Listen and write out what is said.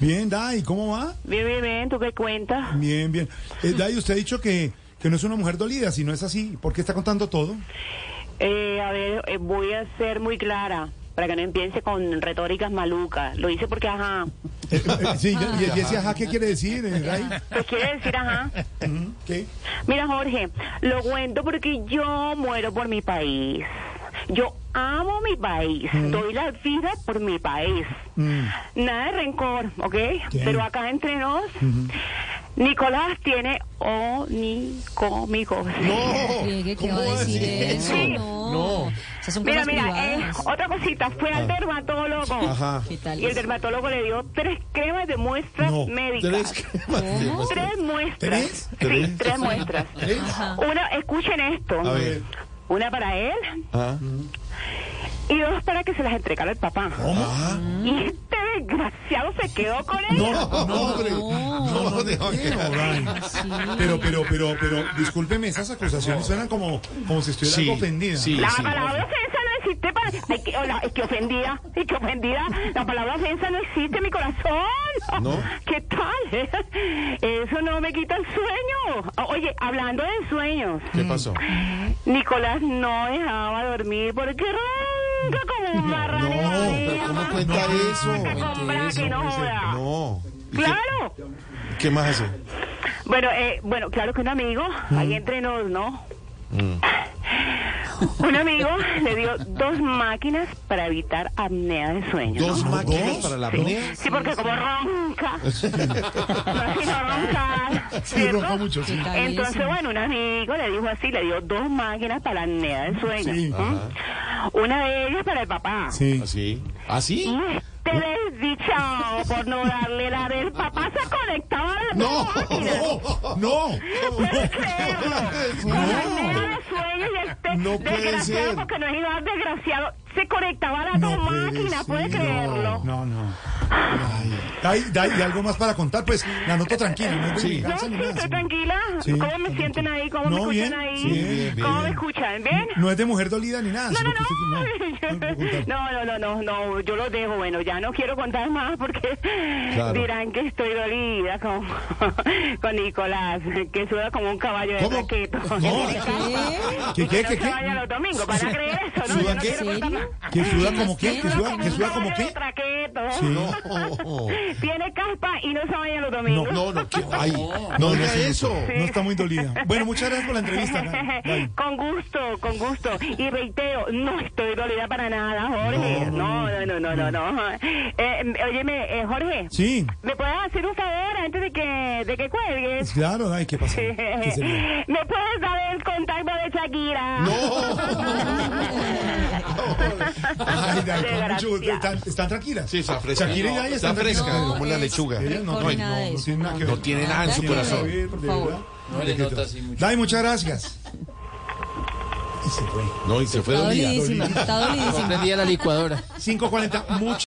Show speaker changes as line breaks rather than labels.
Bien, Dai, ¿cómo va?
Bien, bien, bien, ¿tú qué cuentas?
Bien, bien. Eh, Dai, usted ha dicho que, que no es una mujer dolida, si no es así, ¿por qué está contando todo?
Eh, a ver, eh, voy a ser muy clara para que no empiece con retóricas malucas. Lo hice porque, ajá,
Eh, eh, sí, y, y ese ajá, ¿qué quiere decir, eh, Dai?
pues quiere decir ajá.
Ujú, ¿Qué?
Mira, Jorge, lo cuento porque yo muero por mi país. Yo amo mi país, doy la vida por mi país.
Mm,
Nada de rencor, ¿ok? Pero acá entre nos, Nicolás tiene onicómicos.
No,
Llegue, ¿qué va a decir eso? No.
No.
Esas son
Mira,
cosas
mira, eh,
privadas.
otra cosita, fue al dermatólogo.
Ajá.
¿Qué tal
Y el
eso?
dermatólogo le dio tres cremas de muestras
No,
médicas.
Tres cremas de
¿Cómo?
muestra.
Tres muestras.
¿Tres?
Sí, tres muestras.
Ajá.
Una, escuchen esto.
A ver.
Una para él
Ah.
y dos para que se las entregara el papá.
¿Cómo?
Y este desgraciado se quedó con él.
¿Ah? No, no, hombre.
No, no, no,
Bien,
no.
Dai. Pero, pero, pero, pero, discúlpeme, esas acusaciones suenan como, como si estuviera
Sí,
algo ofendida.
sí.
La
sí.
palabra ofensa no existe para... Ay, que, hola, ay, que ofendida, ay, que ofendida. La palabra ofensa no existe, mi corazón.
No.
¿Qué tal? Eso no me quita el sueño. Oye, hablando de sueños,
¿Qué pasó?
Nicolás no dejaba dormir porque ronca como un marrano.
No, pero ¿cómo cuenta eso?
que no joda.
No. ¿Y qué-
Claro.
¿Qué más hace?
Bueno, eh, bueno, claro que un amigo,
Mm.
ahí entre nos, ¿no? Un amigo le dio dos máquinas para evitar apnea de sueño.
Dos
No,
máquinas
dos.
para la
Sí,
apnea.
sí, porque como ronca, imagino roncar,
Sí,
¿cierto?
roja mucho, sí.
Está bien,
Entonces,
sí.
bueno, un amigo le dijo así, le dio dos máquinas para la apnea del sueño.
Sí.
¿m? Una de ellas para el papá.
Sí.
¿Así? ¿Así?
Y este desdichado por no darle la del papá se conectaba a las
No,
dos máquinas.
no, no.
¿Puedes creerlo? Con la apnea del sueño y este
No puede
desgraciado,
ser.
porque no es igual desgraciado, se conectaba a las dos
puede
máquinas, ¿puedes
ser,
creerlo?
No, no. no. Ay, Dai, Dai, ¿y algo más para contar? Pues la noto tranquila, no es de
Sí.
No,
venganza
sí,
ni nada,
estoy
sino-
tranquila.
Sí.
¿Cómo me sienten ahí? ¿Cómo me
No,
escuchan
bien,
ahí?
sí,
bien, bien,
¿Cómo me
bien.
escuchan? ¿Bien?
No es de mujer dolida ni nada.
No,
sino
no,
que usted- no,
no.
no, no, no.
No, no, no, no, no, yo lo dejo. Bueno, ya no quiero contar más porque
Claro.
dirán que estoy dolida con, con Nicolás, que suda como un caballo de
¿Cómo?
raqueto.
No, ¿Qué,
Que
qué,
no
qué,
se vaya
qué?
los domingos, van a creer eso, ¿no?
¿Suda
Yo no
qué?
quiero contar más.
¿Serio?
¿Que suda como qué? ¿Que suda, que suda como
caballo de
qué?
traqueto.
No.
Tiene caspa y no se vaya los
No,
domingos.
no, no. ¿qué? Ay, no diga eso.
No está muy dolida. Bueno, muchas gracias por la entrevista. Dai. Dai.
Con gusto, con gusto. Y reitero, no estoy dolida para nada, Jorge. No, no, no, no, no. no. Eh, óyeme, eh, Jorge.
Sí,
¿Me puedes hacer un favor antes de que, de que cuelgues?
Pues claro, Dai, ¿qué pasa? ¿Qué se le-
¿Me puedes dar el contacto de Shakira?
Ay, Dai, con mucho gusto.
Desgraciada.
¿Están, están tranquilas?
Sí, está fresca.
Shakira y Dai
Está
están
fresca,
tranquilas.
como la
es
lechuga.
Ella no,
récord
no,
ni nada de
no
eso,
tiene nada que ver.
No tiene nada en su
Tiene
Nada
corazón.
que ver,
Por
de
favor.
verdad.
No le nota así mucho.
Dai, muchas gracias. Y se fue.
No, y se fue
Está
dolida.
dolidísima, está dolidísima.
Prendía la licuadora.
5.40, mucho.